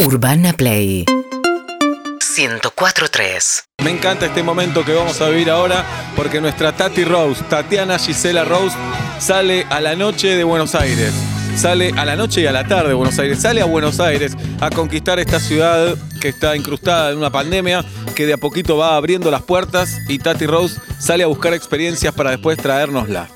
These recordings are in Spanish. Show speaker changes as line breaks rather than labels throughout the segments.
Urbana Play 104.3
Me encanta este momento que vamos a vivir ahora porque nuestra Tati Rose, Tatiana Gisela Rose, sale a la noche de Buenos Aires. Sale a la noche y a la tarde de Buenos Aires. Sale a Buenos Aires a conquistar esta ciudad que está incrustada en una pandemia que de a poquito va abriendo las puertas y Tati Rose sale a buscar experiencias para después traérnosla.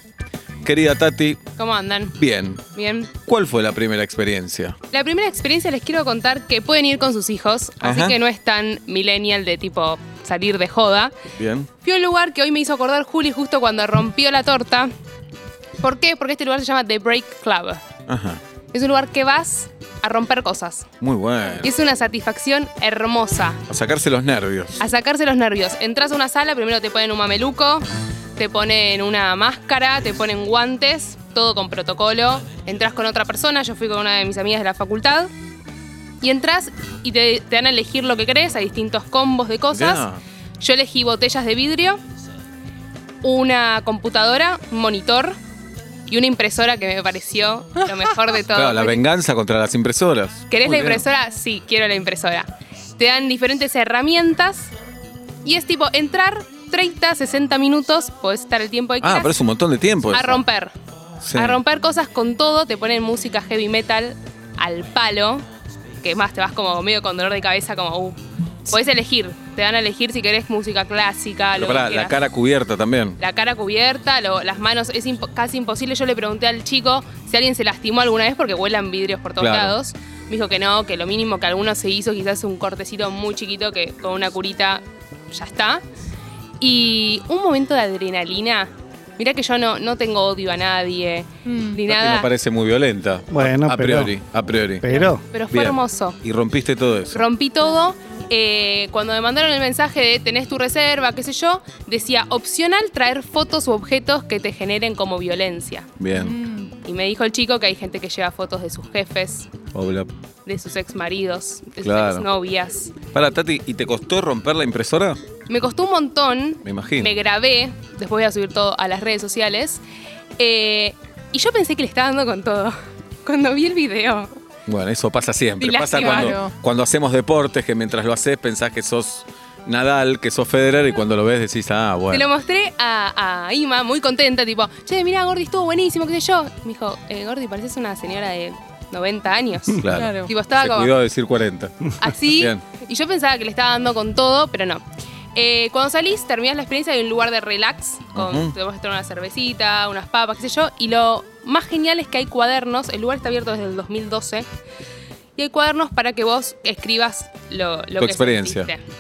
Querida Tati,
¿Cómo andan?
bien.
Bien.
¿Cuál fue la primera experiencia?
La primera experiencia les quiero contar que pueden ir con sus hijos,
Ajá.
así que no es tan millennial de tipo salir de joda.
Bien.
Fui a un lugar que hoy me hizo acordar Juli justo cuando rompió la torta. ¿Por qué? Porque este lugar se llama The Break Club.
Ajá.
Es un lugar que vas a romper cosas.
Muy bueno.
Y es una satisfacción hermosa.
A sacarse los nervios.
A sacarse los nervios. Entras a una sala, primero te ponen un mameluco, te ponen una máscara, te ponen guantes, todo con protocolo. Entras con otra persona, yo fui con una de mis amigas de la facultad. Y entras y te, te dan a elegir lo que querés, hay distintos combos de cosas.
Ya.
Yo elegí botellas de vidrio, una computadora, un monitor y una impresora que me pareció lo mejor de todo.
Claro, la venganza contra las impresoras.
¿Querés
Muy
la
bien.
impresora? Sí, quiero la impresora. Te dan diferentes herramientas y es tipo entrar 30, 60 minutos, podés estar el tiempo que
Ah,
quieras,
pero es un montón de tiempo.
a
eso.
romper.
Sí.
A romper cosas con todo, te ponen música heavy metal al palo, que más te vas como medio con dolor de cabeza, como, uh. Podés elegir, te dan a elegir si querés música clásica,
Pero
lo que
pará, la
quieras.
cara cubierta también.
La cara cubierta, lo- las manos, es impo- casi imposible. Yo le pregunté al chico si alguien se lastimó alguna vez porque vuelan vidrios por todos
Claro.
lados. Me dijo que no, que lo mínimo que alguno se hizo quizás un cortecito muy chiquito que con una curita ya está. Y un momento de adrenalina. Mirá que yo no, no tengo odio a nadie ni
Tati
nada,
me parece muy violenta.
Bueno,
a
pero-
priori, a priori.
Pero
pero fue
Bien.
hermoso.
Y rompiste todo eso.
Rompí todo. Eh, cuando me mandaron el mensaje de tenés tu reserva, qué sé yo, decía opcional traer fotos u objetos que te generen como violencia.
Bien.
Y me dijo el chico que hay gente que lleva fotos de sus jefes,
Obla.
de sus ex maridos, de
Claro.
sus ex novias.
Pará, Tati, ¿y te costó romper la impresora?
Me costó un montón.
Me imagino.
Me grabé, después voy a subir todo a las redes sociales. Eh, y yo pensé que le estaba dando con todo. Cuando vi el video,
Bueno, eso pasa siempre.
Y
Pasa
lastimaron.
cuando, cuando hacemos deportes, que mientras lo haces pensás que sos Nadal, que sos Federer, y cuando lo ves decís, ah,
se lo
bueno.
mostré a, a Ima, muy contenta, tipo, che, mirá, Gordi, estuvo buenísimo, qué sé yo. Me dijo, eh, Gordi, pareces una señora de 90 años.
Claro.
Tipo, estaba
Se
como-
cuidó de decir 40.
así.
Bien.
Y yo pensaba que le estaba dando con todo, pero no. Eh, cuando salís, terminás la experiencia de un lugar de relax, con,
Ujú.
te vas a tomar una cervecita, unas papas, qué sé yo. Y lo más genial es que hay cuadernos, el lugar está abierto desde el 2012, y hay cuadernos para que vos escribas lo, lo que
experiencia.
sentiste.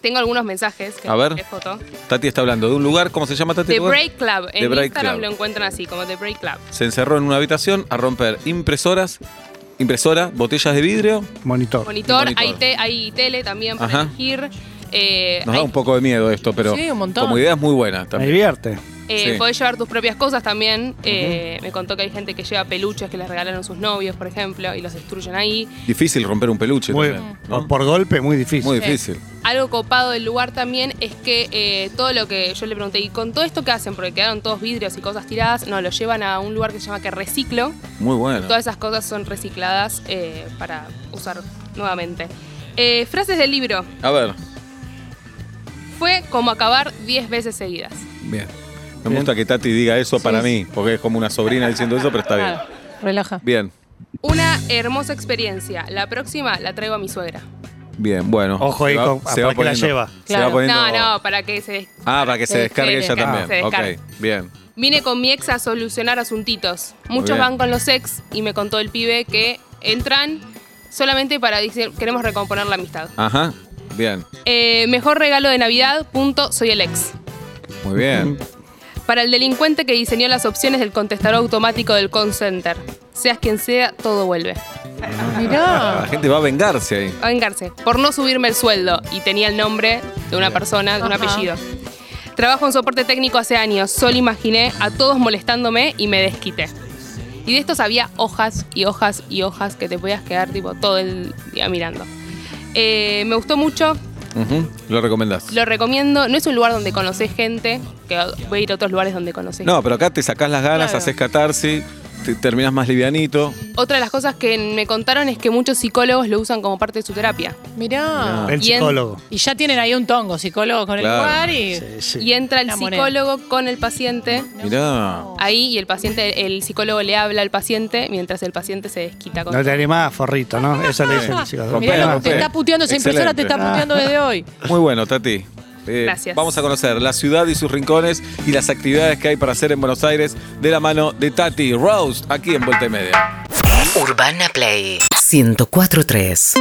Tengo algunos mensajes que
A ver.
de foto.
Tati está hablando de un lugar, ¿cómo se llama Tati?
The
el lugar?
Break Club. En
The Break
Instagram
Club.
lo encuentran así, como The Break Club.
Se encerró en una habitación a romper impresoras, impresora, botellas de vidrio.
monitor.
Monitor,
Monitor.
Hay, te- hay tele también para
Ajá.
elegir. Eh,
Nos
hay
da un poco de miedo esto, pero
Sí, un montón.
como idea es muy buena
Me
también.
divierte.
Eh,
Sí.
Podés llevar tus propias cosas también. Eh, me contó que hay gente que lleva peluches que les regalaron sus novios, por ejemplo, y los destruyen ahí.
Difícil romper un peluche
Muy,
también, ¿no?
o Por golpe, muy difícil.
Muy difícil.
Algo copado del lugar también es que eh, todo lo que yo le pregunté, ¿y con todo esto qué hacen? Porque quedaron todos vidrios y cosas tiradas. No, lo llevan a un lugar que se llama que reciclo.
Muy bueno.
Todas esas cosas son recicladas eh, para usar nuevamente. Eh, frases del libro.
A ver,
Fue como acabar 10 veces seguidas.
bien. Me gusta que Tati diga eso para mí, porque es como una sobrina diciendo eso, pero está bien.
Claro, relaja.
Bien,
Una hermosa experiencia. La próxima la traigo a mi suegra.
bien, bueno.
Ojo ahí
Se va-
con-
se
¿para
va
qué la
poniendo-
lleva?
Se va
Claro.
poniendo-
No, no, para que se des-
Ah, para que se
Se
descargue ella
descargue.
también.
Ah, se descargue.
ok, bien.
Vine con mi ex a solucionar asuntitos. Muchos
bien.
van con los ex y me contó el pibe que entran solamente para decir queremos recomponer la amistad.
Ajá, bien.
Eh, mejor regalo de Navidad, punto, soy el ex.
Muy bien.
Para el delincuente que diseñó las opciones del contestador automático del call center. Seas quien sea, todo vuelve.
La
Mirá.
gente va a vengarse ahí.
A vengarse. Por no subirme el sueldo y tenía el nombre de una persona, de un
Ajá.
apellido. Trabajo en soporte técnico hace años. Solo imaginé a todos molestándome y me desquité. Y de estos había hojas y hojas y hojas que te podías quedar tipo todo el día mirando. Eh, me gustó mucho,
Ujú, Lo recomendás.
lo recomiendo. No es un lugar donde conoces gente, que voy a ir a otros lugares donde conoces
No, pero acá te sacás las ganas,
Claro.
haces catarsis, te terminás más livianito.
Otra de las cosas que me contaron es que muchos psicólogos lo usan como parte de su terapia.
Mirá.
El
Y en-
psicólogo.
Y ya tienen ahí un tongo, psicólogo con
Claro.
el lugar y.
Sí, sí.
Y entra el
La moneda.
psicólogo con el paciente
Mirá.
ahí y el paciente, el psicólogo le habla al paciente mientras el paciente se desquita con
No te animás, forrito, ¿no? Eso le dice el psicólogo.
Rompe,
Mirá,
No,
lo-
rompe.
te está puteando, esa impresora te está
Excelente.
puteando desde hoy.
Muy bueno, Tati. Eh,
Gracias.
Vamos a conocer la ciudad y sus rincones y las actividades que hay para hacer en Buenos Aires de la mano de Tati Rose, aquí en Vuelta y Media.
Urbana Play 104.3